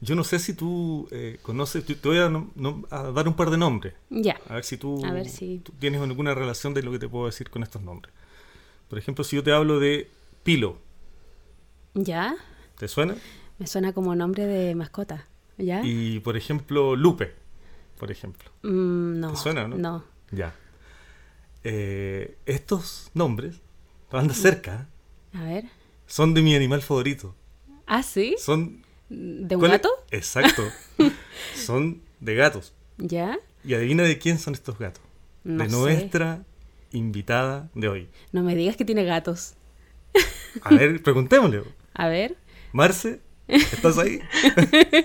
Yo no sé si tú eh, conoces, te te voy a, nom- nom- a dar un par de nombres, Ya. a ver si tú, A ver si- tú tienes alguna relación de lo que te puedo decir con estos nombres. Por ejemplo, si yo te hablo de Pilo, ¿Ya? ¿te suena? Me suena como nombre de mascota. ¿Ya? Y por ejemplo, Lupe, por ejemplo. Mm, no. ¿Te suena o no? No. Ya. Eh, estos nombres, van de Mm. cerca, ¿eh? A ver. son de mi animal favorito. ¿Ah, sí? Son ¿De un ¿Cuál es? gato? Exacto. son de gatos. ¿Ya? Y adivina de quién son estos gatos. No de sé. nuestra invitada de hoy. No me digas que tiene gatos. A ver, preguntémosle. A ver. Marce, ¿estás ahí?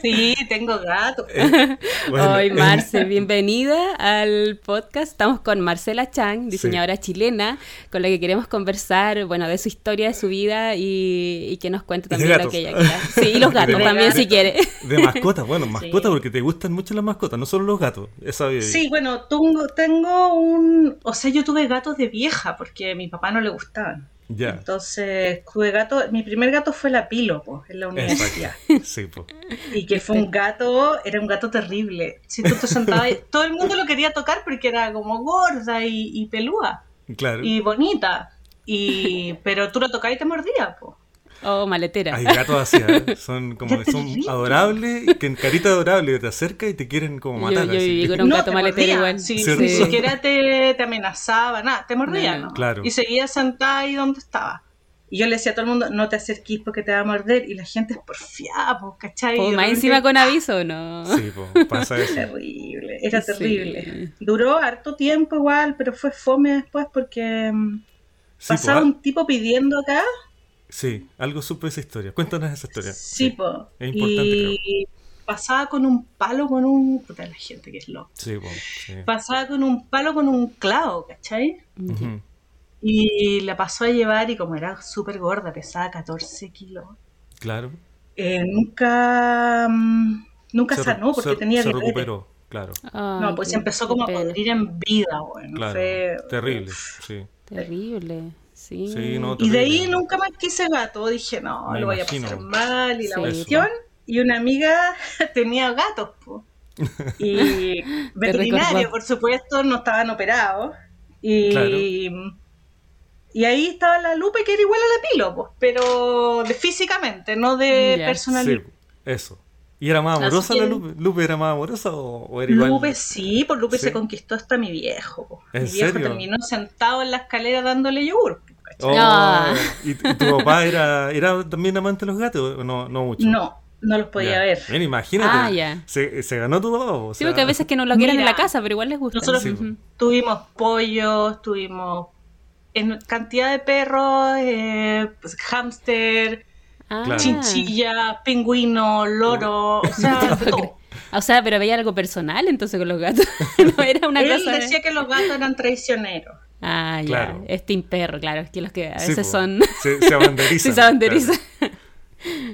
Sí, tengo gato. Eh. Bueno, Hoy, eh, Marce, bienvenida al podcast. Estamos con Marcela Chang, diseñadora chilena, con la que queremos conversar, bueno, de su historia, de su vida y, y que nos cuente de también lo gatos. que ella quiera. Sí, y los gatos De también, gatos. si quiere. De mascotas, bueno, mascotas porque te gustan mucho las mascotas, no solo los gatos. Esa Sí, bueno, tengo, tengo un... O sea, yo tuve gatos de vieja porque a mi papá no le gustaban. Ya. Entonces, tuve gato... Mi primer gato fue la Pilo, po, en la universidad. Exacto. Sí, po. Y que fue un gato, era un gato terrible. Si tú te sentabas, ahí- todo el mundo lo quería tocar porque era como gorda y, y pelúa Claro. y bonita. Y, pero tú lo tocabas y te mordía, po. Oh, maletera. Hay gatos así, ¿eh? son como Ya te son dije. adorables, y que carita adorable, te acerca y te quieren como Yo- matar. yo así. viví con Era un gato te maletero mordía. igual. Sí, Cierto. ni Sí. siquiera te, te amenazaba, nada, te mordía, No, no, ¿no? no. Claro. Y seguía sentada ahí donde estaba. Y yo le decía a todo el mundo, no te acerquís porque te va a morder. Y la gente es porfiada, po, ¿cachai? Oh, Y de más repente- encima con aviso, ¿no? Sí, po, pasa eso. Terrible, era Sí. terrible. Duró harto tiempo igual, pero fue fome después porque mm, Sí, po, pasaba ah, un tipo pidiendo acá. sí, algo supe esa historia. Cuéntanos esa historia. Sí, po. Es importante, y pasaba con un palo, con un... Puta, la gente que es loca. Sí, po, sí. Pasaba con un palo, con un clavo, ¿cachai? Ujú. Y la pasó a llevar y como era súper gorda, pesaba 14 kilos, Claro. eh, nunca, mm, nunca Se re- sanó porque se- tenía Se diabetes. recuperó, claro, Ay, No, pues qué- se empezó como a qué pena. podrir en vida, bueno, claro. fue- Terrible, sí. Terrible. Sí. Sí, no, Y de ahí terrible. nunca más quise gato, dije, no, Me lo voy a imagino. pasar mal y la Sí. cuestión. Y una amiga tenía gatos, po. Y veterinario, recordó. por supuesto, no estaban operados. Y, Claro. y ahí estaba la Lupe, que era igual a la Pilo, pues, pero de, físicamente, no de Ya. personalidad. Sí, eso. ¿Y era más Así amorosa la que- Lupe? ¿Lupe era más amorosa o, o era igual? Lupe sí, por Lupe Sí. se conquistó hasta mi viejo. po. ¿En Mi viejo serio? terminó sentado en la escalera dándole yogur. po, ¿cachai? Oh, Ah. ¿Y tu y tu papá era, era también amante de los gatos o no, no mucho? No, no los podía Ya. ver. Bien, imagínate. Ah, ya. Se, se ganó tu papá. o Sí, sea, porque a veces que no lo quieren en Mira, la casa, pero igual les gusta. nosotros- Sí, Ujú. Tuvimos pollos, tuvimos en cantidad de perros, eh, pues, hámster, Ah. Uh. Claro. chinchilla, pingüino, loro, o sea, de todo. O sea, pero veía algo personal entonces con los gatos. no era una Él cosa. eh. de- decía que los gatos eran traicioneros. Ah, ya. Claro. Este imperro, claro. Es que los que a sí, veces po. son. Se, se abanderizan. Sí, se abanderizan. claro.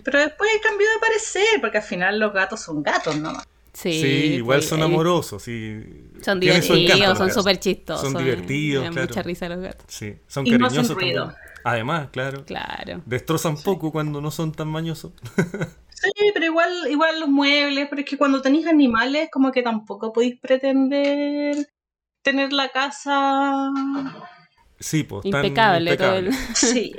Pero después cambió de parecer, porque al final los gatos son gatos nomás. Sí, Sí, igual pues, son eh, amorosos. Y Son tienen su encanto divertidos, los son gatos. súper chistosos. Son eh, divertidos, me dan claro. mucha risa los gatos. Sí, son Y no hacen cariñosos. ruido. también. Además, claro. Claro. Destrozan poco cuando no son tan mañosos. Sí, pero igual, igual los muebles, pero es que cuando tenéis animales, como que tampoco podéis pretender tener la casa. Sí, pues. están Impecable todo el- impecables. Sí,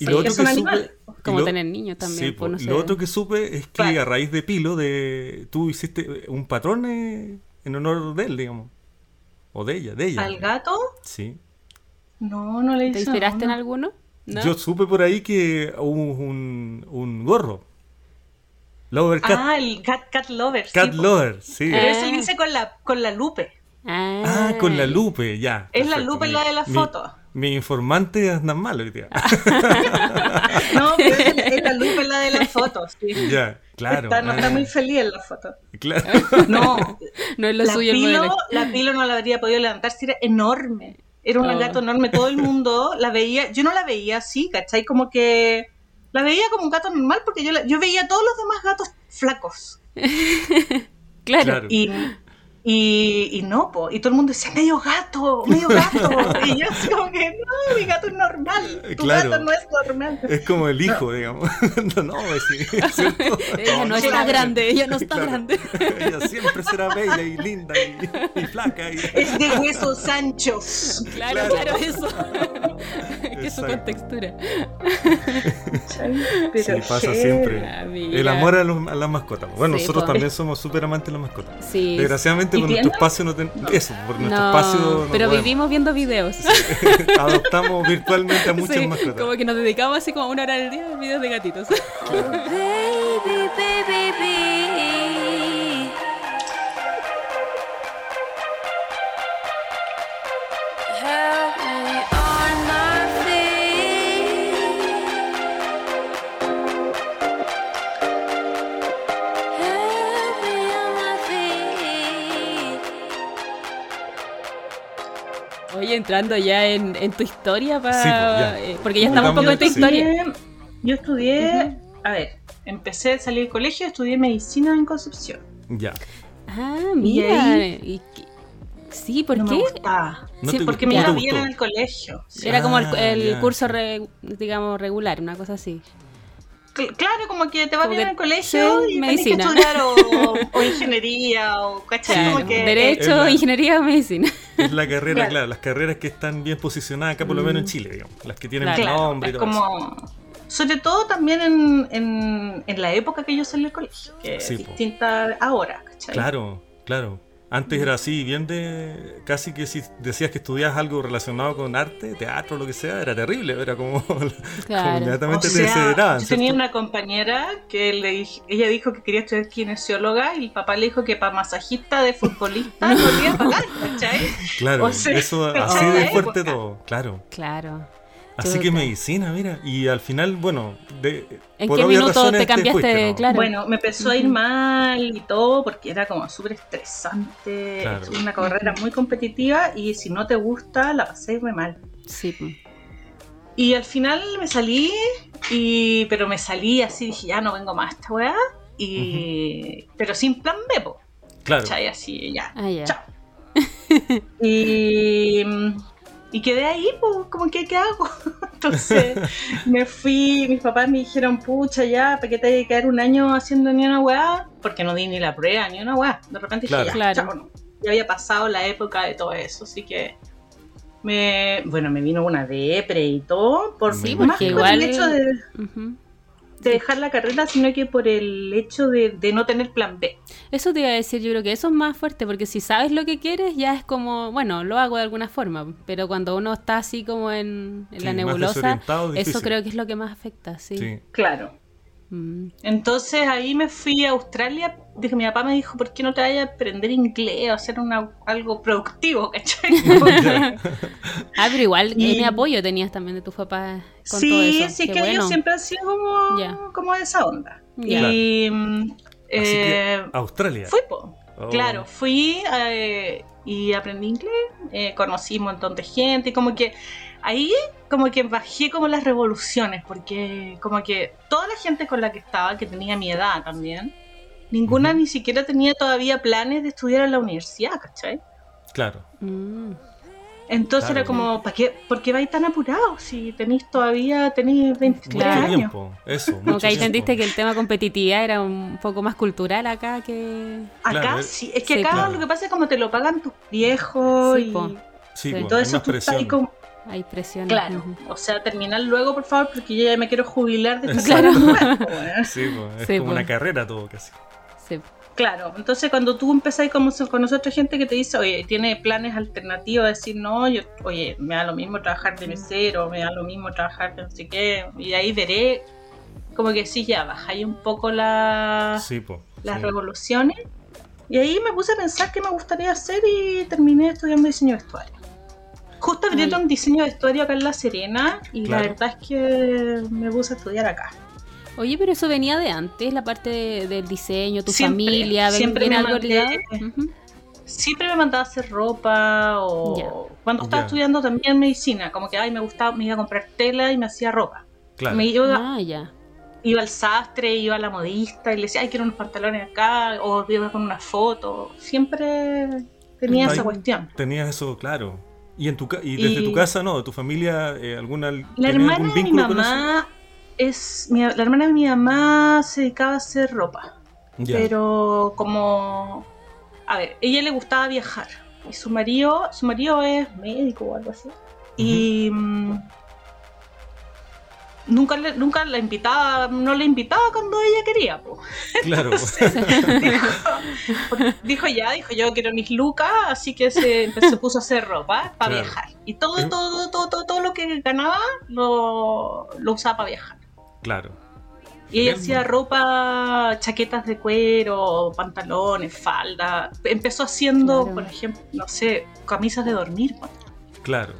Y Sí, lo otro es un que animal. supe- y Como lo- tener niños también. Sí, po. pues, no sé. Lo otro que supe es que Claro. a raíz de Pilo, de tú hiciste un patrón eh, en honor de él, digamos. O de ella, de ella. Al gato, Sí. no, no le ¿Te hice inspiraste en nada. alguno? ¿No? Yo supe por ahí que hubo un, un gorro. Lover Cat. Ah, el Cat, cat Lover. sí, cat po. Eh. Lover, sí. Pero Ah. ese lo hice con la, con la Lupe. Ah, con la Lupe, ya. Es la perfecto. Lupe Mi- la de la mi- foto. Mi, informante es tan malo hoy día. Ah. No, pero es la- es la Lupe la de la foto. sí. ya, claro. Está- no está ah, muy feliz en la foto. claro. No, No es lo la suyo el modelo. pilo, la pilo no la habría podido levantar si era enorme. Era un Oh. gato enorme. Todo el mundo la veía. Yo no la veía así, ¿cachai? Como que la veía como un gato normal porque yo, la- yo veía a todos los demás gatos flacos. Claro. Claro. Y Y, y no, po. y todo el mundo decía, medio gato, medio gato. y yo así como que, no, mi gato es normal, tu Eh, Claro. gato no es normal. Es como el hijo, digamos. No, no, es es cierto. Ella no está claro. grande, ella no está Claro. grande. Ella siempre será bella y linda y, y flaca. Y... Es de huesos anchos. Claro, Claro. claro, eso. que es su Exacto. contextura. Sí, pasa siempre. Ah, mira. El amor a, los- a las mascotas. Bueno, Sí, nosotros po. también somos súper amantes de las mascotas. Sí. Desgraciadamente, ¿Y por nuestro tiendas? espacio no tenemos. Eso, por nuestro No, espacio. no pero podemos. vivimos viendo videos. Adoptamos virtualmente a muchas Sí, mascotas. como que nos dedicamos así como una hora al día a videos de gatitos. Baby, baby, baby. Help me on my feet. Help me on my feet. Oye, entrando ya en, en tu historia, pa- Sí, pues, ya. eh, porque ya estamos un poco en tu Sí. historia. Estudié- Yo estudié, a ver, empecé a salir del colegio, estudié medicina en Concepción. Ya. Ah, ¿Y mira. ahí? ¿Y qué- Sí, ¿por no qué? Me gustaba. No Sí, te Porque gustó, me no iba te bien en gustó. el colegio. sí. Era como el, Ah, el ya. curso, re- digamos, regular, una cosa así. Cl- Claro, como que te va Como bien que en el colegio sí, y medicina. tenés que estudiar o, o ingeniería o cachai, Claro, como que Es Derecho, la- ingeniería o medicina. Es la carrera, Claro. claro. las carreras que están bien posicionadas acá, por lo menos en Chile, digamos. Las que tienen Mm. Claro. Claro, nombre y es todo eso. como... Sobre todo también en, en, en la época que yo salí del colegio, que Sí, es po. distinta ahora, ¿cachai? Claro, claro. Antes Mm. era así, bien de. casi que si decías que estudias algo relacionado con arte, teatro, lo que sea, era terrible, era como. como Claro. O inmediatamente te sea, desheredaban, yo ¿cierto? tenía una compañera que le dij- ella dijo que quería estudiar kinesióloga y el papá le dijo que para masajista de futbolista no le iba a pagar, ¿cachai? Claro, o sea, eso ¿cachai? así La de época. fuerte todo, claro. Claro. Así que Chuta. medicina, mira. Y al final, bueno, de, ¿En por qué obvias minuto razones te cambiaste fuiste, de- ¿no? claro. Bueno, me empezó a ir mal y todo porque era como súper estresante, Claro. es una carrera muy competitiva y si no te gusta la pasé muy mal. Sí. po. Y al final me salí, y, pero me salí así, dije, ya no vengo más a esta weá, y, pero sin plan B, po, Claro. ¿cachai? Así, ya, Ah, ya. Chao. Y, y quedé ahí, pues, como que, ¿qué hago? Entonces me fui, mis papás me dijeron, pucha, ya, ¿para qué te vas a quedar un año haciendo ni una weá? Porque no di ni la prueba, ni una weá. De repente Claro. dije, ya, Claro. chao, no. Ya había pasado la época de todo eso, así que... Me, bueno, me vino una depre y todo, por, Sí, más porque que por el igual- hecho de, Ujú. de dejar la carrera, sino que por el hecho de, de no tener plan B. Eso te iba a decir, yo creo que eso es más fuerte, porque si sabes lo que quieres, ya es como, bueno, lo hago de alguna forma, pero cuando uno está así como en, en Sí, la más nebulosa, desorientado, eso difícil. creo que es lo que más afecta, sí. Sí. Claro. Mm. Entonces ahí me fui a Australia. Dije, mi papá me dijo, ¿por qué no te vayas a aprender inglés o hacer una, algo productivo? ¿Cachai? Como que- Ah, pero igual Y- ese apoyo tenías también de tus papás con todo sí, eso. sí, Qué que bueno. ellos siempre han sido como, Ya. como de esa onda. Ya. Y mm, Así que, eh, Australia. fui, po. Oh. claro, fui eh, y aprendí inglés, eh, conocí un montón de gente y como que ahí como que bajé como las revoluciones, porque como que toda la gente con la que estaba, que tenía mi edad también, ninguna Ujú. ni siquiera tenía todavía planes de estudiar en la universidad, ¿cachai? Claro. Mm. Entonces Claro. era como, ¿para qué, ¿por qué vais tan apurados si tenéis todavía, tenéis 23 Claro. Mucho años? tiempo. Eso. Como mucho que ahí tiempo. entendiste que el tema competitividad era un poco más cultural acá que... Acá Claro, eh. sí, es que Sí, acá claro. lo que pasa es como te lo pagan tus viejos Sí, y po. Sí, Sí. pues, todo hay eso más tú estás ahí presión. como, Hay presión. Claro, ujú. o sea, terminar luego, por favor, porque yo ya me quiero jubilar de esta Claro. carrera, po, weón. Sí, pues, es Sí, como pues. una carrera todo casi. Sí. Claro, entonces cuando tú empezás como so- con nosotros, gente que te dice, oye, tiene planes alternativos, decir, no, yo, oye, me da lo mismo trabajar Mm. de mesero, me da lo mismo trabajar de no sé qué, y de ahí veré, como que sí, ya bajáis un poco Ah, la- Sí, pues. las sí. revoluciones. Y ahí me puse a pensar qué me gustaría hacer y terminé estudiando diseño de vestuario. Justo abriendo un diseño de vestuario acá en La Serena y Claro. la verdad es que me puse a estudiar acá. Oye, pero eso venía de antes, la parte de- del diseño, tu Siempre, familia, ven- siempre ¿viene me algo ligado? mandé- Ujú. Siempre me mandaba a hacer ropa o Ya. cuando estaba Ya. estudiando también medicina, como que ay me gustaba, me iba a comprar tela y me hacía ropa. Claro. Me iba Ah, ya. iba al sastre, iba a la modista y le decía, ay, quiero unos pantalones acá, o iba con una foto. Siempre tenía Ay. esa cuestión. Tenías eso claro. Y, en tu, ca- y desde Y- tu casa, no, tu familia, eh, alguna, La tenía hermana algún de mi vínculo con mamá es. mi- la hermana de mi mamá se dedicaba a hacer ropa. eso? Ya. Pero como. A ver, ella le gustaba viajar. Y su marido. Su marido es médico o algo así. Y. mm, Nunca, le- nunca la invitaba, no la invitaba cuando ella quería, po. Claro. dijo, dijo ya, dijo yo quiero mis lucas, así que se, empe- se puso a hacer ropa para Claro. Em. viajar. Y todo, Es- todo, todo, todo, todo lo que ganaba lo, lo usaba para viajar. claro. Y ella Bien, hacía bueno. ropa, chaquetas de cuero, pantalones, falda. Empezó haciendo, Claro. por ejemplo, no sé, camisas de dormir. pues. po. Claro.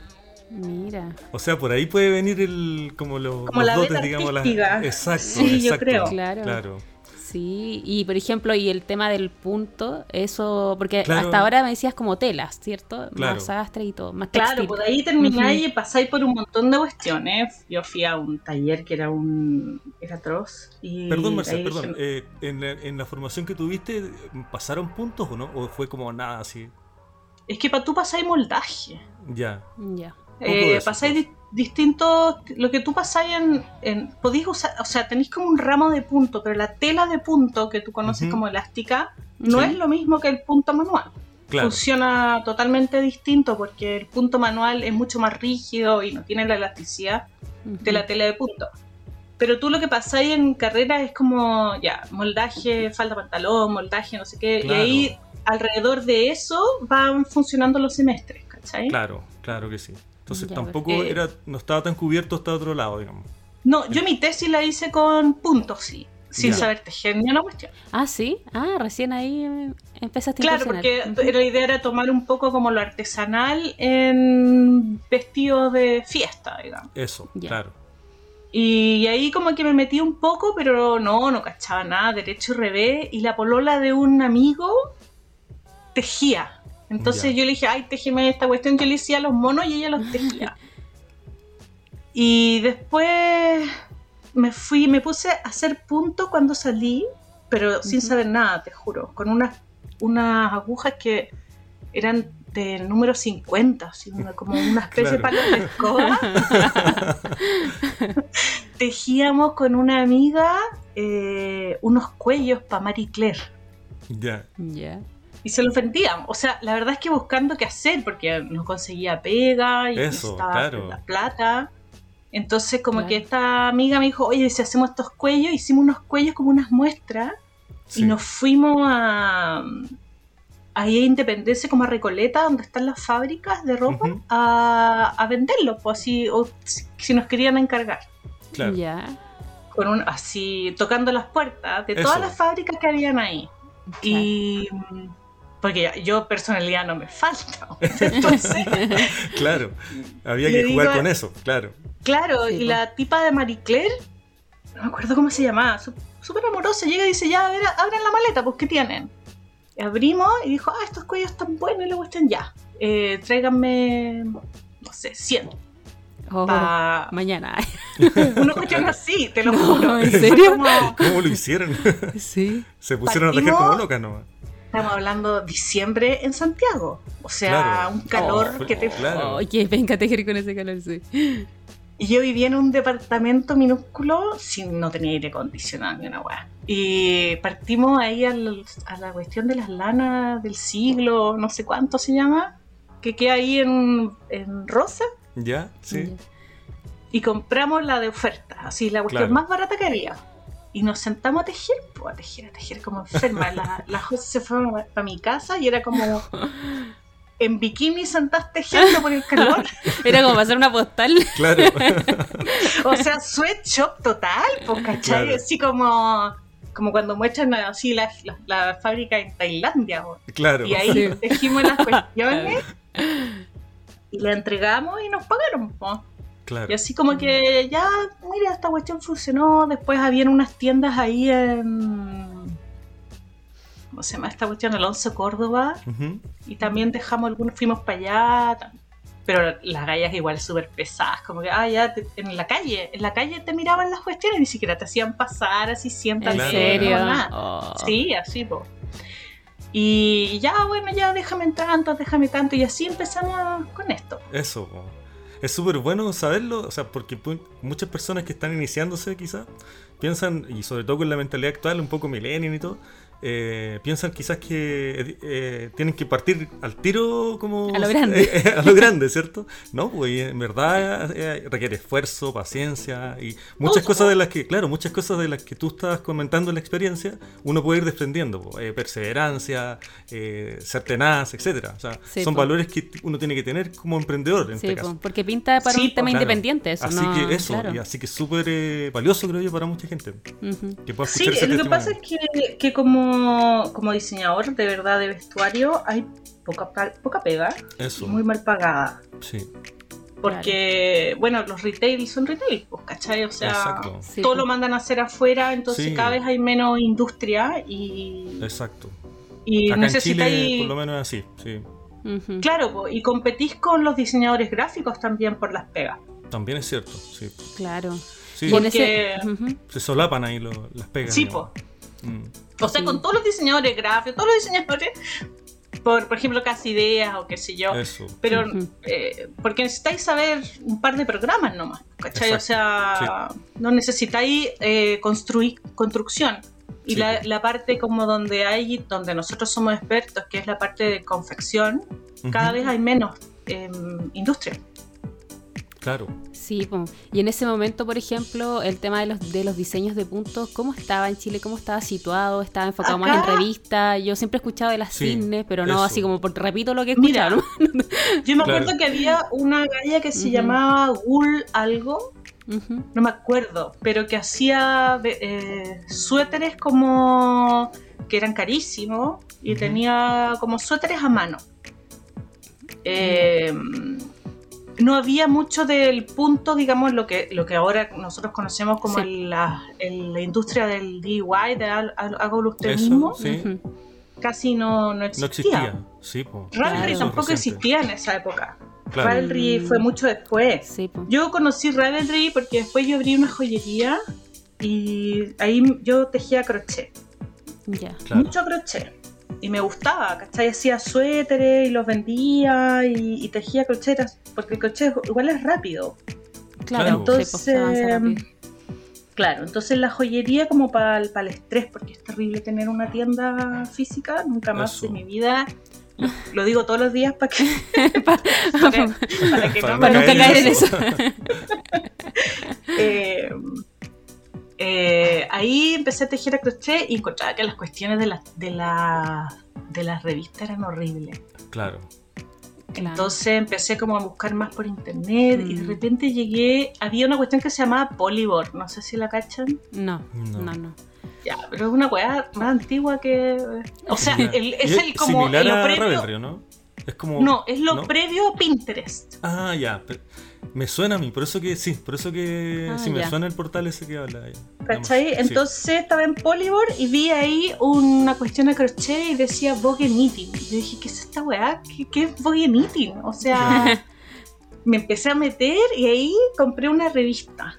Mira. O sea, por ahí puede venir el como, los Como los la dotes, vena digamos. las- artística. Exacto, Sí, yo exacto. creo. Claro. Claro. Sí, y por ejemplo, y el tema del punto, eso, porque Claro. hasta ahora me decías como telas, ¿cierto? Claro. Más sastre y todo, más Claro, textil. por ahí termináis Ujú. y pasáis por un montón de cuestiones. Yo fui a un taller que era un. era atroz. Y Perdón, Marcel, ahí dije, perdón. eh, en, la, en la formación que tuviste, ¿pasaron puntos o no? ¿O fue como nada así? Es que para tú pasáis moldaje. Ya. Ya. de Eh, eso, pasáis di- distintos. Lo que tú pasáis en, en- Podéis usar. O sea, tenéis como un ramo de punto, pero la tela de punto que tú conoces Ujú. como elástica no Sí. es lo mismo que el punto manual. Claro. Funciona totalmente distinto porque el punto manual es mucho más rígido y no tiene la elasticidad Ujú. de Mm. la tela de punto. Pero tú lo que pasáis en carrera es como, ya, moldaje, falda pantalón, moldaje, no sé qué. Claro. Y ahí, alrededor de eso, van funcionando los semestres, ¿cachai? Claro, claro que sí. Entonces Ya, tampoco perfecto. era, no estaba tan cubierto hasta otro lado, digamos. No, yo mi tesis la hice con puntos, sí. Sin Ya. saber tejer ni una cuestión. Ah, sí. Ah, recién ahí eh, empezaste Claro, a porque incursionar. la idea era tomar un poco como lo artesanal en vestidos de fiesta, digamos. Eso, Ya. claro. Y ahí como que me metí un poco, pero no, no cachaba nada, derecho y revés. Y la polola de un amigo tejía. Entonces Ya. yo le dije, ay, tejeme esta cuestión. Yo le hacía los monos y ella los tejía. y después me fui, me puse a hacer punto cuando salí, pero sin Ujú. saber nada, te juro. Con unas, unas agujas que eran del número 50, así, una- como una especie Claro. de palo de escoba tejíamos con una amiga eh, unos cuellos para Marie Claire Ya. Ya. y se los vendíamos. O sea, la verdad es que buscando qué hacer porque no conseguía pega y Eso, necesitaba claro. la plata. Entonces, como Claro. que esta amiga me dijo, oye, si hacemos estos cuellos, hicimos unos cuellos como unas muestras Sí. y nos fuimos a. Ahí a Independencia, como a Recoleta, donde están las fábricas de ropa, Ujú. a, a venderlo, pues, así, o si- si nos querían encargar Claro. Ya. con un, así tocando las puertas de Eso. todas las fábricas que habían ahí. Y mm, porque yo personalidad no me falta. Entonces, Claro. Había Le que jugar digo- con eso, claro. claro, Sí, y po. la tipa de Marie Claire, no me acuerdo cómo se llamaba, su- súper amorosa, llega y dice, ya, a ver, abran la maleta, pues, ¿qué tienen? Y abrimos y dijo, ah, estos cuellos están buenos y la cuestión ya. Eh, tráiganme, no sé, 100. Oh, pa- Mañana. Una cuestión así, te lo No, juro. ¿en Fue serio? como- ¿Cómo lo hicieron? sí. Se pusieron a tejer Partimos- como locas nomás. Estamos hablando diciembre en Santiago. O sea, Claro. un calor Oh, que te... Claro. Oye, venga a tejer con ese calor, sí. Y yo vivía en un departamento minúsculo, sin, no tenía aire acondicionado ni una weá. Y partimos ahí al- a la cuestión de las lanas del siglo, no sé cuánto se llama, que queda ahí en, en Rosa. ¿Ya? Sí. Ya. Y compramos la de oferta, así la cuestión Claro. más barata que había. Y nos sentamos a tejer, po, a tejer, a tejer como enferma. La, la José se fue para mi casa y era como en bikini sentás tejiendo por el calor. Era como pasar una postal. Claro. O sea, sweatshop total, pues, ¿cachai? Claro. Así como, como cuando muestran eh, así la, la- la fábrica en Tailandia. po. claro. Y ahí Sí. tejimos las cuestiones y la entregamos y nos pagaron. po. Y Claro. así como que ya, mira, esta cuestión funcionó. Después habían unas tiendas ahí en. ¿Cómo se llama esta cuestión? Alonso Córdoba. Ujú. Y también dejamos algunos, fuimos para allá. tam- Pero las gallas igual súper pesadas, como que, ah, ya, te- en la calle, en la calle te miraban las cuestiones, ni siquiera te hacían pasar, así siéntate. ¿En Claro. serio? no, nada. Oh. Sí, así, po. Y ya, bueno, ya déjame en tanto, déjame tanto, y así empezamos con esto. Eso, po. es súper bueno saberlo, o sea, porque pu- muchas personas que están iniciándose quizás piensan, y sobre todo con la mentalidad actual, un poco millennial y todo, eh, piensan quizás que eh, tienen que partir al tiro como... A lo grande. eh, eh, a lo grande, ¿cierto? No, pues y en verdad eh, requiere esfuerzo, paciencia y muchas pues, Ojo. cosas de las que, claro, muchas cosas de las que tú estás comentando en la experiencia, uno puede ir desprendiendo, po. Eh, perseverancia, eh, ser tenaz, etcétera O sea, Sí, son po. valores que t- uno tiene que tener como emprendedor en Sí, este po, caso. porque pinta para Sí, un po. tema Claro. independiente eso, así ¿no? que eso, Claro. y así que es súper eh, valioso creo yo para mucha gente. Ujú. Que pueda Sí, escuchar ese lo que testimonio. pasa es que, que como, como diseñador de verdad de vestuario hay poca, pa- poca pega y Eso, muy mal pagada. sí, Porque, bueno, los retail son retail, pues, ¿cachai? O sea, exacto, Sí, todo po. lo mandan a hacer afuera, entonces Sí. cada vez hay menos industria y, exacto. y Acá en Chile necesitáis... por lo menos es así, sí. Ujú. Claro, po, y competís con los diseñadores gráficos también por las pegas. También es cierto, sí. Claro. Sí, Y en Porque- ese- ujú. se solapan ahí lo- las pegas. Sí, digamos. po. Mm, O sea, Sí. con todos los diseñadores gráficos, todos los diseñadores, por, por ejemplo, casi ideas o qué sé yo. Eso. Pero, Ujú. eh, porque necesitáis saber un par de programas nomás, ¿cachai? O sea, no necesitáis eh, construir construcción. Y Sí. pues. la, la parte como donde hay, donde nosotros somos expertos, que es la parte de confección, cada Ujú, vez hay menos eh, industria. Claro. Sí, po. y en ese momento, por ejemplo, el tema de los, de los diseños de puntos, ¿cómo estaba en Chile? ¿Cómo estaba situado? ¿Estaba enfocado más Acá- en revista? Yo siempre he escuchado de las Sí, cines, pero no eso. así como, por, repito lo que he Mira. escuchado. Yo me Claro. acuerdo que había una galla que se Ujú. llamaba Gul algo, ¿no? Ujú. no me acuerdo, pero que hacía eh, suéteres como que eran carísimos y Ujú. tenía como suéteres a mano. Eh, no había mucho del punto, digamos, lo que, lo que ahora nosotros conocemos como Sí. el- la, el- la industria del DIY, de al- al- hago el usted Eso, mismo, sí. Ujú. casi no, no No existía. Sí, po. Ravelry Claro. tampoco Eso es reciente. existía en esa época. Claro. Ravelry fue mucho después. Sí, po. Yo conocí Ravelry porque después yo abrí una joyería y ahí yo tejía crochet, ya. Claro. mucho crochet. Y me gustaba, ¿cachai? Hacía suéteres y los vendía y, y tejía crochetas, porque el crochet igual es rápido. Claro, Entonces, sí, po, se avanza em, rápido. Claro, entonces la joyería como para el, para el estrés, porque es terrible tener una tienda física, nunca más Eso. en mi vida. Lo, lo digo todos los días para que, Pa- para que no Para me- nunca caer en eso. Eh, eh, ahí empecé a tejer a crochet y encontraba que las cuestiones de las de la, de las revistas eran horribles. Claro. Claro. Entonces empecé como a buscar más por internet y de Mm. repente llegué, había una cuestión que se llamaba Polybor, no sé si la cachan. No, No. no, no. no. Ya, pero es una weá más antigua que... O sea, Ya. el- es Y el como... Similar lo a previo- Ravelry, ¿no? Es como. no, es lo ¿no? previo a Pinterest. Ah, ya. pe- Me suena a mí, por eso que sí, por eso que Ah, sí me ya. suena el portal ese que habla. ya. ¿Cachai? Digamos, sí. Entonces estaba en Polybor y vi ahí una cuestión de crochet y decía Vogue Knitting. Y yo dije, ¿qué es esta weá? ¿Qué, qué es Vogue Knitting? O sea, me empecé a meter y ahí compré una revista.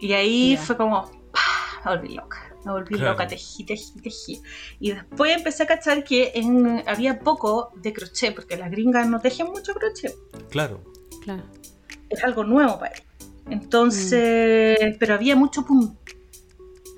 Y ahí Ya. fue como, ¡pah! me volví loca. Me volví Claro. loca, tejí, tejí, tejí. Y después empecé a cachar que en- había poco de crochet, porque las gringas no tejen mucho crochet Claro. Claro. es algo nuevo para él. Entonces, Mm. pero había mucho pum.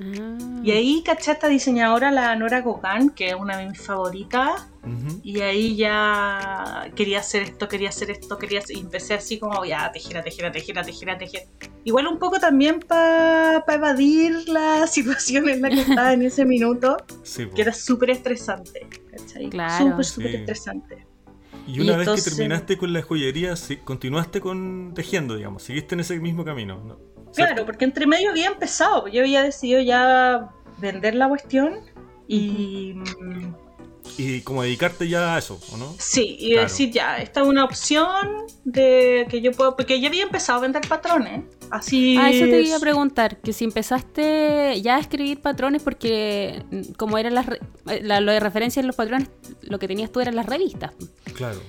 Ah, Y ahí caché a esta diseñadora, la Nora Gauguin, que es una de mis favoritas. Ujú. Y ahí ya quería hacer esto, quería hacer esto, quería hacer... Y empecé así como, ya, tejera, tejera, tejera, tejera, tejera. Igual un poco también para evadir la situación en la que estaba en ese minuto, Sí, po. que era súper estresante. ¿Cachai? Claro. Súper, súper Sí. estresante. Y una y vez entonces- que terminaste con la joyería, sí, continuaste con tejiendo, digamos, seguiste en ese mismo camino. ¿no? Claro, porque entre medio había empezado, pues, yo había decidido ya vender la cuestión y mm, Y como dedicarte ya a eso, ¿o no? sí, y Claro. decir ya, esta es una opción de que yo puedo, porque yo había empezado a vender patrones, así Ah, eso te iba a preguntar, que si empezaste ya a escribir patrones, porque mm, como eran las re- la- lo de referencia en los patrones, lo que tenías tú eran las revistas. Claro.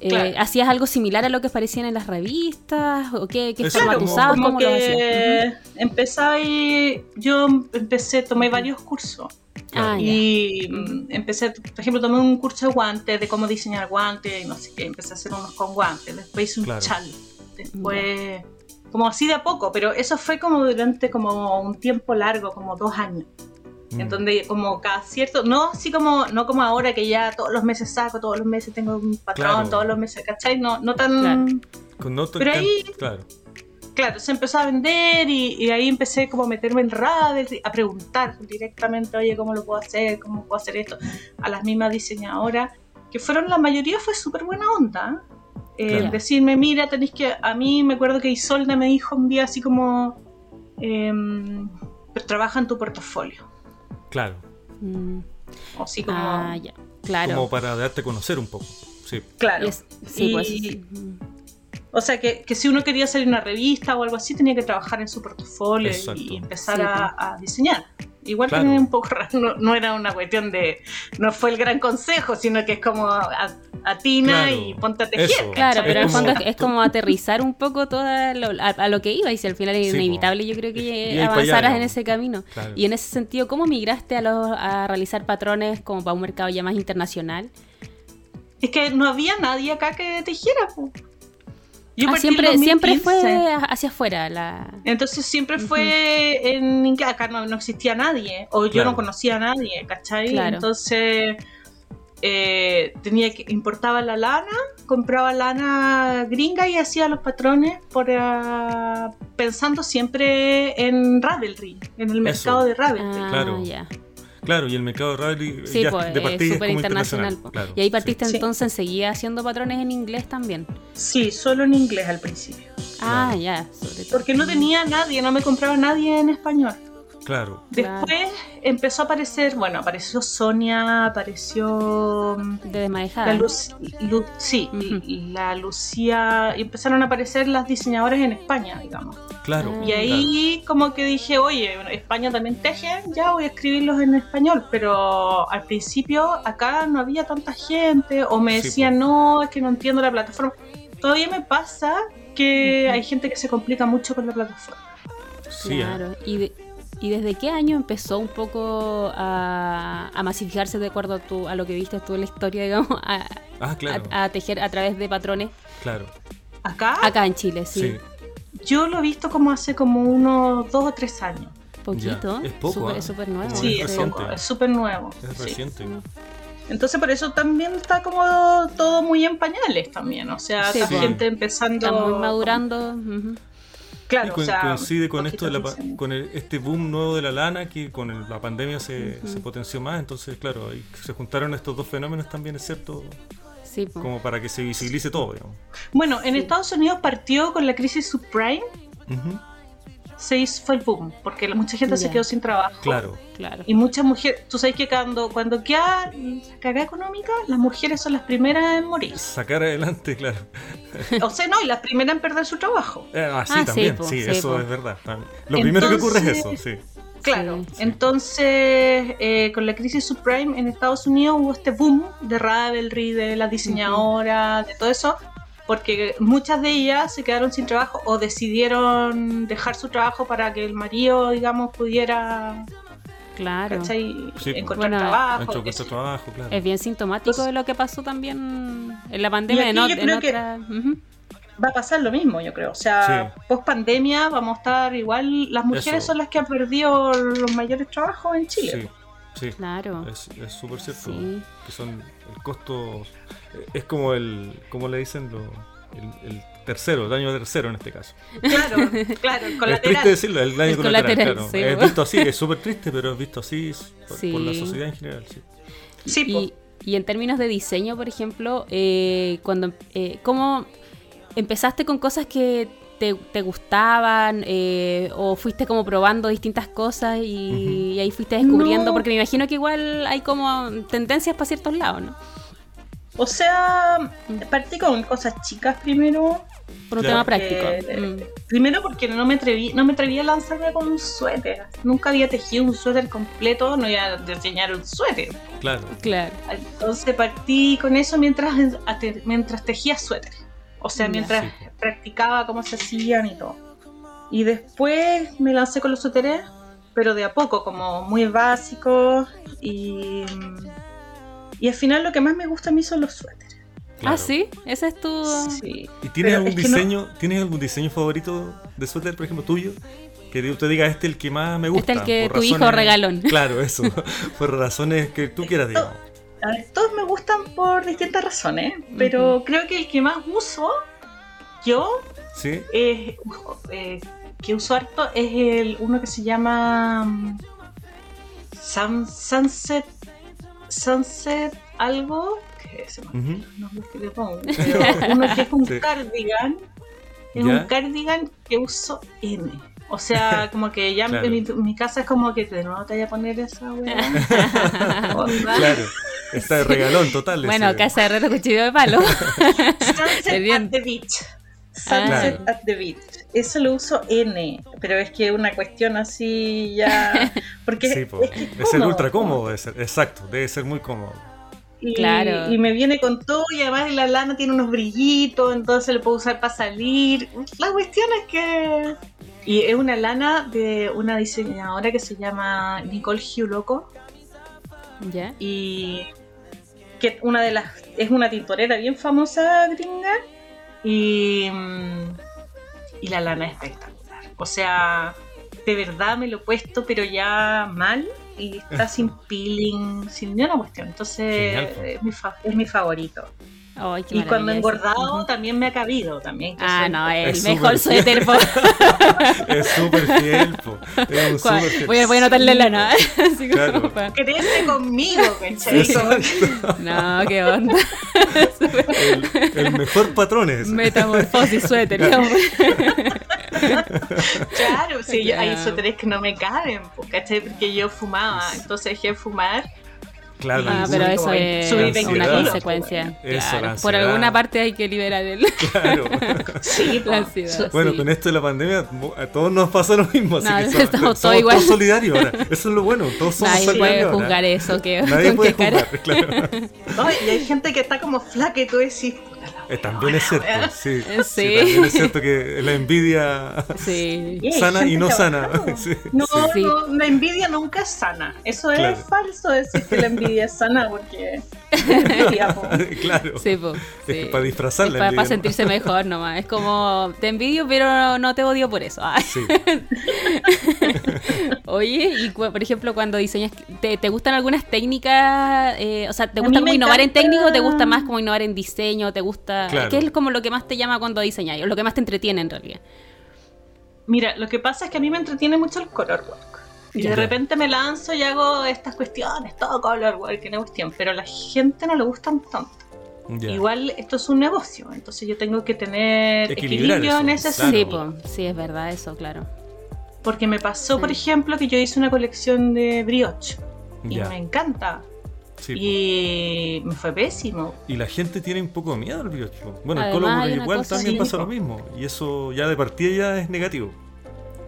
Eh, Claro. ¿Hacías algo similar a lo que aparecían en las revistas? ¿O qué, qué Eso forma como- tú usabas? como ¿Cómo lo hacías? que empezaba y yo empecé, tomé varios cursos Ah, ya. y Ujú. mm, empecé, por ejemplo, tomé un curso de guantes, de cómo diseñar guantes y no sé qué, empecé a hacer unos con guantes, después hice un Claro. chal, después, como así de a poco, pero eso fue como durante como un tiempo largo, como dos años. Mm. En donde como cada cierto, no así como, no como ahora que ya todos los meses saco, todos los meses tengo un patrón, Claro. todos los meses, ¿cachai? No, no tan Claro. Con no tan- Pero ahí- Claro. claro, se empezó a vender y, y ahí empecé como a meterme en Ravelry, a preguntar directamente, oye, ¿cómo lo puedo hacer? ¿Cómo puedo hacer esto? A las mismas diseñadoras, que fueron, la mayoría fue súper buena onda. ¿eh? Eh, Claro. Decirme, mira, tenéis que... A mí me acuerdo que Isolda me dijo un día así como, em, "Pero trabaja en tu portafolio. Claro. Mm. O así como... Ah, ya. Claro. Como para darte a conocer un poco. Sí. Claro. Es- sí, Y- pues, sí. Mm. O sea, que, que si uno quería hacer una revista o algo así, tenía que trabajar en su portafolio y- Exacto. y empezar Sí, a, a diseñar. Igual Claro. también un poco raro, no, no era una cuestión de, no fue el gran consejo, sino que es como a- atina Claro, y ponte a tejer. eso. Claro, Es pero al como- fondo es- es como aterrizar un poco todo a lo, a- a lo que iba y si al final Sí, es po. inevitable yo creo que Y ahí pa' allá, avanzaras en digamos. ese camino. Claro. Y en ese sentido, ¿cómo migraste a, los, a realizar patrones como para un mercado ya más internacional? Es que no había nadie acá que tejiera. po. Yo Ah, partí en siempre, siempre 2015. fue hacia afuera la... Entonces siempre Ujú. fue en inglés, acá no, no existía nadie, o yo Claro. no conocía a nadie, ¿cachai? Claro. Entonces eh, tenía que, importaba la lana, compraba lana gringa y hacía los patrones por, ah, pensando siempre en Ravelry, en el mercado de Ravelry. Ah, Claro. ya. Claro, y el mercado de Ravelry Sí, ya pues, de partida es es súper como internacional. po. claro, y ahí sí. partiste Sí. entonces, seguía haciendo patrones en inglés también. Sí, solo en inglés al principio. Ah, Claro. ya, sobre todo. Porque no tenía nadie, no me compraba nadie en español. Claro. Claro. Después empezó a aparecer, bueno, apareció Sonia, apareció... mm, De desmanejada. La ¿no? luz, Lu- sí, Ah. Ujú. la Lucía, y empezaron a aparecer las diseñadoras en España, digamos. Ah, Claro. Mm. Y ahí como que dije, oye, España también teje, ya voy a escribirlos en español, pero al principio acá no había tanta gente, o me Sí, decían, pues. no, es que no entiendo la plataforma. Todavía me pasa que hay gente que se complica mucho con la plataforma. Claro. Sí, ¿eh? Claro. ¿Y, de- y desde qué año empezó un poco a, a masificarse de acuerdo a, tu- a lo que viste tú en la historia, digamos, a, Ah, claro. a- a tejer a través de patrones Claro. Acá acá en Chile? Sí. Sí. yo lo he visto como hace como unos dos o tres años. Poquito. Ya, es poco, Súper, ¿eh? súper nuevo. Como Sí, es es súper- reciente. poco, es súper nuevo. Es sí. reciente. Entonces por eso también está como todo muy en pañales también, o sea, Sí, la pues. gente empezando... Está muy madurando. ujú. y Claro, co- o sea, coincide con esto poquito de la, pa- dicen. con el- este boom nuevo de la lana que con el- la pandemia se, Ujú. se potenció más, entonces claro, ahí se juntaron estos dos fenómenos también, es cierto, Sí, po. como para que se visibilice todo, digamos. Bueno, en Sí. Estados Unidos partió con la crisis subprime, Ujú, se hizo fue el boom, porque la- mucha gente se Ya. quedó sin trabajo. Claro, claro. Y muchas mujeres, tú sabes que cuando, cuando queda la cagada económica, las mujeres son las primeras en morir. sacar adelante, claro. O sea, no, y las primeras en perder su trabajo. Eh, ah, sí, Ah, sí, también, sí, po, sí, eso po. es verdad. también. Lo primero que ocurre es eso, sí. Claro, Sí. entonces eh, con la crisis subprime en Estados Unidos hubo este boom de Ravelry, de las diseñadoras, de todo eso, porque muchas de ellas se quedaron sin trabajo o decidieron dejar su trabajo para que el marido, digamos, pudiera Claro. ¿cachai? Sí, encontrar bueno, trabajo. Dentro de eso. trabajo, claro. Es bien sintomático de lo que pasó también en la pandemia, aquí ¿no? yo En creo que- otra... ujú. Va a pasar lo mismo, yo creo. O sea, post pandemia vamos a estar igual. Las mujeres Eso. son las que han perdido los mayores trabajos en Chile. Sí, sí. Claro. Es es súper cierto. Sí. Que son el costo. Es como el. ¿Cómo le dicen? Lo, el, el tercero, el daño tercero en este caso. Claro, claro, el Es triste colateral. decirlo, el daño El colateral. colateral, claro. sí, Es bueno. visto así, es súper triste, pero es visto así por, Sí. por la sociedad en general. Sí. Sí, po. Y, y en términos de diseño, por ejemplo, eh, cuando eh, ¿cómo empezaste con cosas que te, te gustaban eh, o fuiste como probando distintas cosas y, Ujú. y ahí fuiste descubriendo? No. Porque me imagino que igual hay como tendencias para ciertos lados, ¿no? O sea, partí con cosas chicas primero. Por un Claro. tema práctico. Eh, Mm. Primero porque no me atreví, no me atreví a lanzarme con un suéter. Nunca había tejido un suéter completo, no iba a diseñar un suéter. Claro. Claro. Entonces partí con eso mientras, ate- mientras tejía suéter. O sea, Ya. mientras Sí. practicaba cómo se hacían y todo. Y después me lancé con los suéteres, pero de a poco, como muy básico. Y, y al final lo que más me gusta a mí son los suéteres. claro. Ah, sí, ese es tu. Sí. ¿Y tienes Pero algún es que no- diseño, tienes algún diseño favorito de suéter, por ejemplo, tuyo? Que di- usted diga, este es el que más me gusta. Este es el que por tu hijo razones- regaló. Claro, eso. por razones que tú quieras, digamos. A ver, todos me gustan por distintas razones, pero creo que el que más uso yo, ¿Sí? es, eh, que uso harto, es el uno que se llama mm, Sun- Sunset, Sunset algo, que se me Ujú. no me que le pongo, pero uno que es un Mm. Sí. cardigan, es ¿Ya? un cardigan que uso N. O sea, como que ya Claro. en mi, mi casa es como que de nuevo te voy a poner esa weá. Onda. Claro. Está de regalón total. Bueno, ese. Casa de Herrero Cuchillo de Palo. Sunset Bien. Ah. at the beach. Sunset Claro. at the beach. Eso lo uso N, pero es que es una cuestión así ya. Porque Sí, po. es, que Debe ser cómodo, ultra cómodo, debe ser. Exacto, debe ser muy cómodo. Y, Claro. y me viene con todo y además la lana tiene unos brillitos, entonces lo puedo usar para salir. La cuestión es que... Y es una lana de una diseñadora que se llama Nicole Giuloco ¿Ya? y que una de las es una tintorera bien famosa gringa y, mm, y la lana es espectacular. O sea, de verdad me lo he puesto pero ya mal y está sin peeling, sin ni una cuestión. Entonces Genial, po. es mi, fa- es mi favorito. Ay, qué Y cuando he maravilla eso. engordado Ujú. también me ha cabido también. que Ah, soy- no, el Es mejor súper suéter. po. Es súper fiel, po. Es un súper fiel. Voy a, voy a anotarle la nada. Claro. Crece conmigo, ¿cachai? Como- Exacto. No, qué onda. El, el mejor patrón es. ese. Metamorfosis suéter. qué onda. Claro, sí, yo- hay Claro. suéteres que no me caben, po, ¿cachai? Porque yo fumaba, Sí. entonces dejé de fumar Claro, Ah, el pero gusto. eso es Subir de una kilos, consecuencia. pues, Eso, Claro, la Por ansiedad. alguna parte hay que liberar el. Claro. Sí, La po. ansiedad. Bueno, Sí. con esto de la pandemia, mo- a todos nos pasa lo mismo. Así No, que estamos somos- todos somos igual. todos solidarios ahora. Eso es lo bueno. Todos somos Nadie puede solidarios. ahora. juzgar eso. Que, Nadie con puede qué cara. juzgar, claro. No, y hay gente que está como flaca y tú decís, puta la Eh, También es cierto, sí, Eh, sí. También es cierto que la envidia Sí. wea, hay sana y gente no que sana. aguanta, po. Sí, No, sí. Sí. no, la envidia nunca es sana. Eso Claro. es falso decir que la envidia es sana porque. envidia, po. claro. Sí, po, Es que sí. para disfrazar Es la para, envidia, para ¿no? sentirse mejor nomás. Es como, te envidio, pero no te odio por eso. Ah. Sí. Oye, y cu- por ejemplo, cuando diseñas, ¿te, te gustan algunas técnicas? Eh, o sea, ¿te A gusta mí me como innovar en encanta- técnico o te gusta más como innovar en diseño? ¿Te gusta...? Claro. ¿Qué es como lo que más te llama cuando diseñas? O lo que más te entretiene en realidad. Mira, lo que pasa es que a mí me entretiene mucho el color work. Y Ya. de repente me lanzo y hago estas cuestiones, todo color work, una cuestión. Pero a la gente no le gustan tanto. Ya. Igual esto es un negocio, entonces yo tengo que tener Equilibrar equilibrio en eso, ese claro. Sí, po, sí, es verdad eso, claro. Porque me pasó, Sí. por ejemplo, que yo hice una colección de brioche y Ya. me encanta. Sí, po. y... y me fue pésimo. la gente tiene un poco de miedo al biotipo. Bueno, Además, el color hay una igual cosa- también Sí, pasa po. lo mismo. Y eso ya de partida ya es negativo.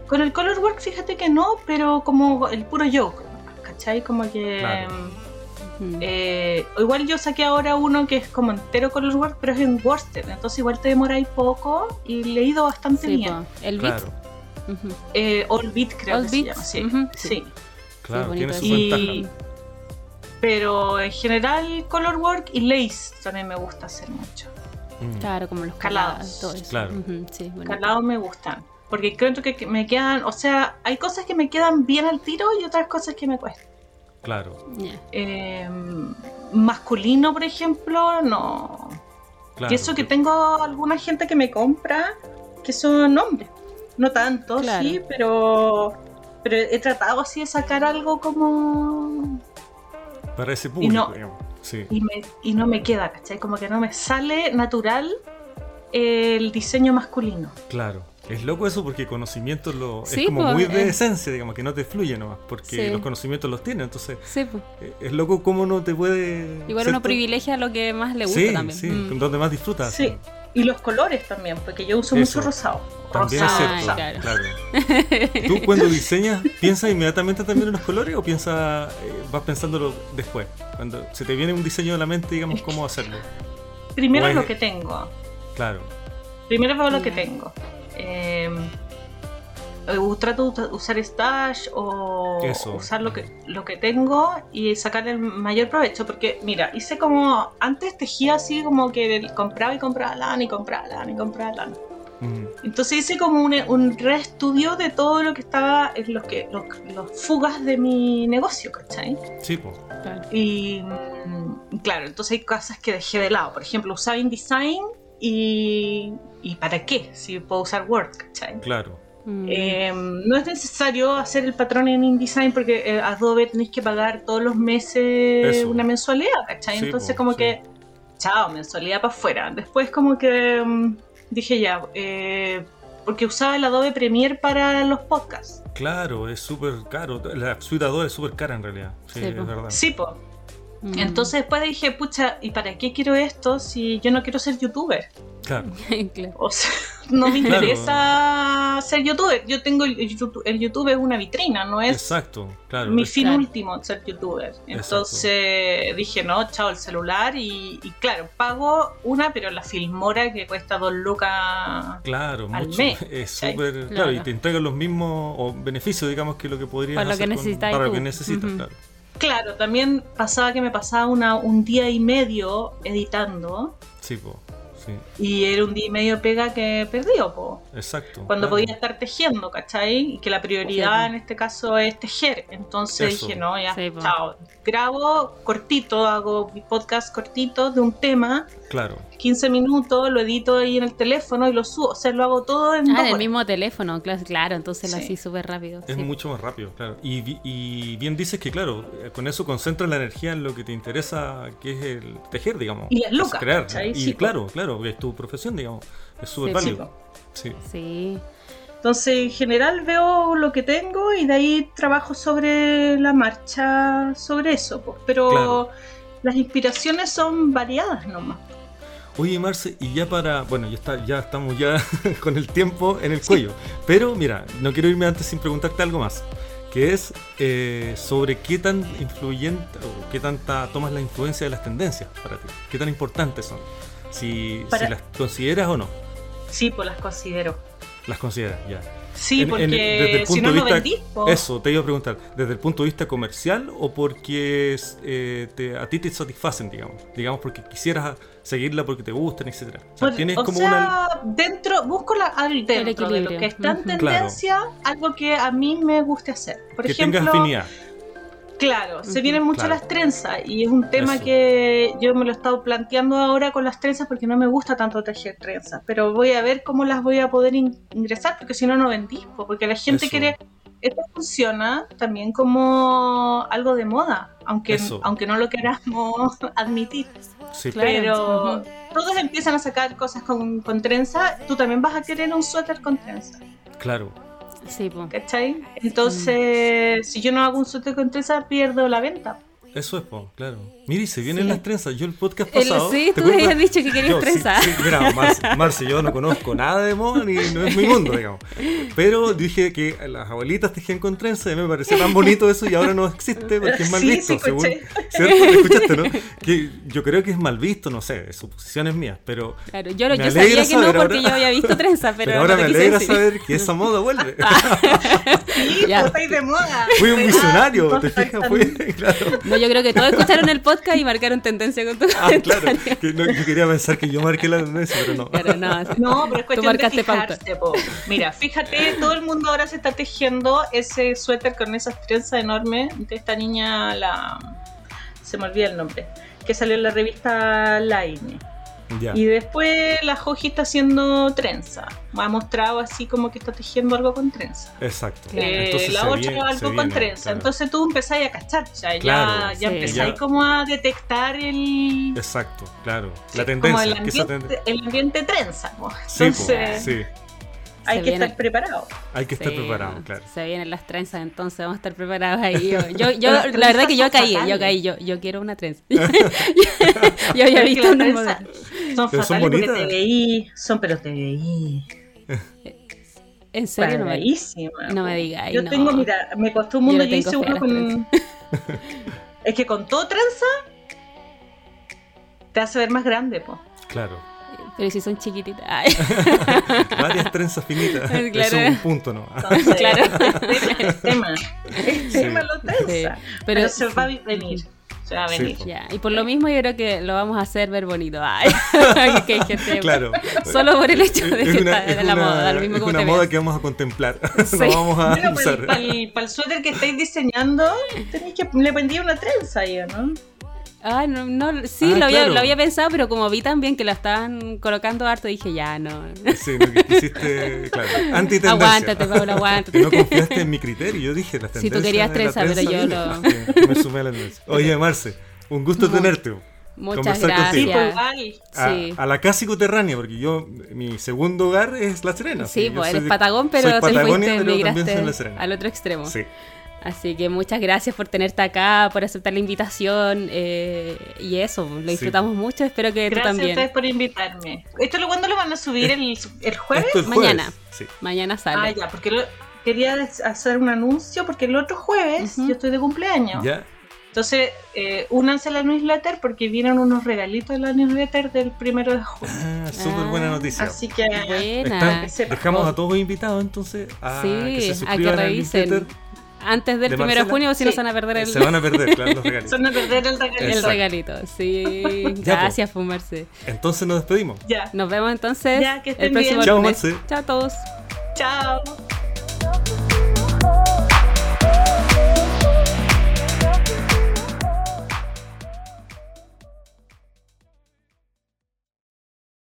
Con el color work, fíjate que no, pero como el puro joke, ¿cachai? Como que. Claro. Mm. eh, o igual yo saqué ahora uno que es como entero color work, pero es en Worcester, entonces igual te demoráis poco y le he ido bastante Sí, bien. po. El beat. Claro, ujú. Eh, All Beat creo All que Beats, se llama, sí. ujú, sí. sí. claro, bonito tiene eso. su Y- ventaja. Pero en general, color work y lace también me gusta hacer mucho. Mm, Claro, como los Calados. calados, todo eso. Claro. Ujú, sí, bonito. Calado me gustan. Porque creo que que me quedan, o sea, hay cosas que me quedan bien al tiro y otras cosas que me cuestan. Claro, Ya. Eh, masculino, por ejemplo, no. claro. y eso que tengo alguna gente que me compra que son hombres. No tanto, Claro. sí, pero, pero he tratado así de sacar algo como. Para ese Y no- público, digamos. Sí. Y, me- y no me queda, ¿cachai? Como que no me sale natural el diseño masculino. Claro. Es loco eso porque conocimientos lo, Sí, es como po, muy de eh. esencia, digamos, que no te fluye nomás, porque Sí. los conocimientos los tienes. Entonces, Sí, po. eh, es loco cómo no te puede. Igual uno ¿cierto? privilegia lo que más le gusta Sí, también. sí, Mm. donde más disfrutas. Sí. Y los colores también, porque yo uso Eso. mucho rosado. También rosado, Ah, es rosado. cierto. claro. claro. ¿Tú cuando diseñas piensas inmediatamente también en los colores o piensas, eh, vas pensándolo después? Cuando se te viene un diseño a la mente, digamos, cómo hacerlo. Primero Bueno. lo que tengo. Claro. Primero veo lo que Ya. tengo. Eh, u- trato de usar stash o Eso. usar lo que, lo que tengo y sacar el mayor provecho. Porque, mira, hice como. Antes tejía así como que compraba y compraba lana y compraba lana y compraba lana. Mm, Entonces hice como un, un reestudio de todo lo que estaba en los que los, los fugas de mi negocio, ¿cachai? sí, po. Y mm, claro, entonces hay cosas que dejé de lado. Por ejemplo, usaba InDesign y, y ¿para qué? Si puedo usar Word, ¿cachai? claro. Mm. Eh, no es necesario hacer el patrón en InDesign porque eh, Adobe tenéis que pagar todos los meses Eso. una mensualidad, ¿cachai? Sí, Entonces po, como sí. que, chao, mensualidad para afuera. Después como que mm, dije ya, eh, porque usaba el Adobe Premiere para los podcasts. Ah. Claro, es súper caro. La suite Adobe es súper cara en realidad. Sí, Sí, es po. verdad. Sí, po. Mm. Entonces después dije, pucha, ¿y para qué quiero esto si yo no quiero ser youtuber? Claro. claro. O sea, no me Claro. interesa ser youtuber. Yo tengo el el YouTube, el YouTube es una vitrina, no es Exacto, claro. mi es- fin Claro. último ser youtuber. Entonces dije, no, chao el celular y, y claro, pago una, pero la filmora que cuesta dos lucas. Claro, al mucho. mes, es ¿cachai? súper. Claro. Claro. y te entregan los mismos o beneficios, digamos, que lo que podrías Para lo que hacer con- necesitas para lo tú. que necesitas, Ujú. claro. Claro, también pasaba que me pasaba una, un día y medio editando Sí, po. Sí, y era un día y medio pega que perdió, po. exacto. cuando claro. podía estar tejiendo, ¿cachai? Y que la prioridad Sí. en este caso es tejer. Entonces Eso. dije, no, ya, Sí, po. chao. Grabo cortito, hago mi podcast cortito de un tema, Claro, 15 minutos, lo edito ahí en el teléfono y lo subo. O sea, lo hago todo en Ah, dos en el horas. mismo teléfono, cla- claro, entonces lo Sí. así súper rápido. es sí. mucho más rápido, claro. Y, vi- y bien dices que, claro, eh, con eso concentras la energía en lo que te interesa, que es el tejer, digamos. Y las es lucas, Crear. ¿cachai? Y Sí, po. claro, claro, es tu profesión, digamos. Es súper Sí, Sí, válido. po. Sí, Sí. Entonces, en general veo lo que tengo y de ahí trabajo sobre la marcha, sobre eso. Pues. Pero Claro. las inspiraciones son variadas nomás. Oye, Marce, y ya para. Bueno, ya, está, ya estamos ya con el tiempo en el cuello. Pero mira, no quiero irme antes sin preguntarte algo más. Que es eh, sobre qué tan influyente o qué tanta tomas la influencia de las tendencias para ti. Qué tan importantes son. Si, si Para- las consideras o no. Sí, pues las considero. Las consideras, ya. En- Sí, en- porque desde el si punto no de lo vista- vendís, po. Eso, te iba a preguntar. ¿Desde el punto de vista comercial o porque es, eh, te- a ti te satisfacen, digamos? Digamos, porque quisieras seguirla porque te gustan, etcétera. O sea, Bueno, tienes o como sea, una. dentro, busco la, al dentro de lo equilibrio. que está en Ujú. tendencia, algo que a mí me guste hacer. Por que ejemplo, tengas afinidad. claro, se Ujú, vienen mucho claro. las trenzas y es un tema Eso. que yo me lo he estado planteando ahora con las trenzas porque no me gusta tanto tejer trenzas, pero voy a ver cómo las voy a poder in- ingresar porque si no, no vendís, po, porque la gente Eso. quiere... Esto funciona también como algo de moda, aunque, Eso. aunque no lo queramos admitir. Sí, Claro. Pero Ujú. todos empiezan a sacar cosas con, con trenza, tú también vas a querer un suéter con trenza, claro. Sí, po. ¿cachai? Entonces, si yo no hago un suéter con trenza, pierdo la venta. Eso es, po, claro. Mira, y se vienen Sí. las trenzas. Yo el podcast El- pasado. sí, ¿te tú habías acuerdas? dicho que querías Yo, sí, trenzas. sí, mira, Marce, Marce, yo no conozco nada de moda ni no es mi mundo, digamos. Pero dije que las abuelitas tejían con trenzas y me pareció tan bonito eso y ahora no existe porque es mal Sí, visto. sí, según- escuché. ¿Cierto? ¿Lo escuchaste, no? Que yo creo que es mal visto, no sé, suposiciones mías, pero. Claro, yo, lo- Me yo alegra sabía que no saber porque ahora- yo había visto trenza, pero, Pero, ahora no me te quise alegra decir. Ah, saber que esa moda vuelve. Sí, Ya. pues, estáis de moda. Fui un visionario, Ah, ¿te fijas? Fui, claro. No, yo creo que todos escucharon el podcast y marcaron tendencia con tu Ah, claro. comentario. que no- yo quería pensar que yo marqué la tendencia, pero no. Claro, no, sí. No, pero es Tú cuestión de marcaste pauta. fijarse, po. Mira, fíjate, todo el mundo ahora se está tejiendo ese suéter con esas trenzas enormes de esta niña, la... se me olvida el nombre, que salió en la revista Line. Ya. Y después la Joji está haciendo trenza. Ha mostrado así como que está tejiendo algo con trenza. Exacto. Claro. Eh, Entonces se la otra viene- se algo con viene, trenza. claro. Entonces tú empezáis a cachar, ya, Claro, ya, ya sí. empezáis Ya. como a detectar el, Exacto, claro. La como tendencia. el, que esa ambiente, tende- el ambiente trenza. po. Sí, po, Entonces, sí. Hay que viene- estar preparado. Hay que estar Sí, preparado, no, claro. Se vienen las trenzas, entonces vamos a estar preparados ahí. Yo, yo, yo- la verdad que yo caí, yo caí, yo, yo quiero una trenza. yo había Pero es que visto las una trenzas modelo. Son Pero fatales son porque bonitas. te veí, son pero te veí. En serio, no me, Paradísima. no me diga, ay, Yo no. tengo, mira, me costó un Yo mundo le yo hice tengo fe a uno las con. es que con todo trenza te hace ver más grande, po. Claro. pero si son chiquititas. Ay, Varias trenzas finitas. Claro. Eso es un punto, ¿no? Entonces, Claro. Es tema, es tema lo sí. trenza. Pero, Pero se va a venir. Se va a Sí, venir. po. ya, y por lo mismo yo creo que lo vamos a hacer ver bonito. Ay, que hay gente- Claro. Solo por el hecho de Es que una, está es en la una- moda, da lo mismo es como una te moda veas. que vamos a contemplar. Sí. pues, Lo vamos a Bueno, para el, usar. suéter que estáis diseñando, tenéis que le pendía una trenza ahí, ¿no? Ah, no, no, sí, Ah, lo, había, claro. lo había pensado, pero como vi también que lo estaban colocando harto, dije, ya, no. Sí, lo que quisiste, claro. Antitendencia. Aguántate, Paula, aguántate. No confiaste en mi criterio. Yo dije las Si tendencias. tú querías la trenza, pero yo viene. no. Sí, Me sumé a la tendencia. Oye, Marce, un gusto Muy- tenerte. Muchas Conversar Sí, contigo. pues gracias. igual. A, Sí. a la casi coterránea, porque yo, mi segundo hogar es La Serena. Sí, yo pues soy eres de- patagón, soy pero te Patagonia, fuiste, pero también soy de migraste La Serena. al otro extremo. Sí. Así que muchas gracias por tenerte acá, por aceptar la invitación eh, y eso, lo disfrutamos mucho. Espero que Gracias tú a ustedes también. por invitarme. ¿Esto lo cuándo lo van a subir? ¿El, el jueves? Esto es Mañana. jueves. Sí. Mañana sale. Ah, ya, porque lo- quería des- hacer un anuncio porque el otro jueves Ujú. yo estoy de cumpleaños. Ya. Entonces, eh, únanse a la newsletter porque vienen unos regalitos de la newsletter del primero de junio. Ah, súper buena noticia. Así que Buena. Están- que sepan. dejamos a todos invitados entonces a que sí, se a que suscriban al revisen. newsletter. Antes del de primero de Marcela. junio, si no Sí. se van a perder el, Se van a perder, claro, los regalos. son a perder el regalito. el Exacto. regalito. Sí, Ya, pues. po. gracias, Fumarse. Entonces nos despedimos. Ya. Nos vemos entonces Ya, que el estén próximo bien. Chao, lunes. Marce. Chao a todos. Chao.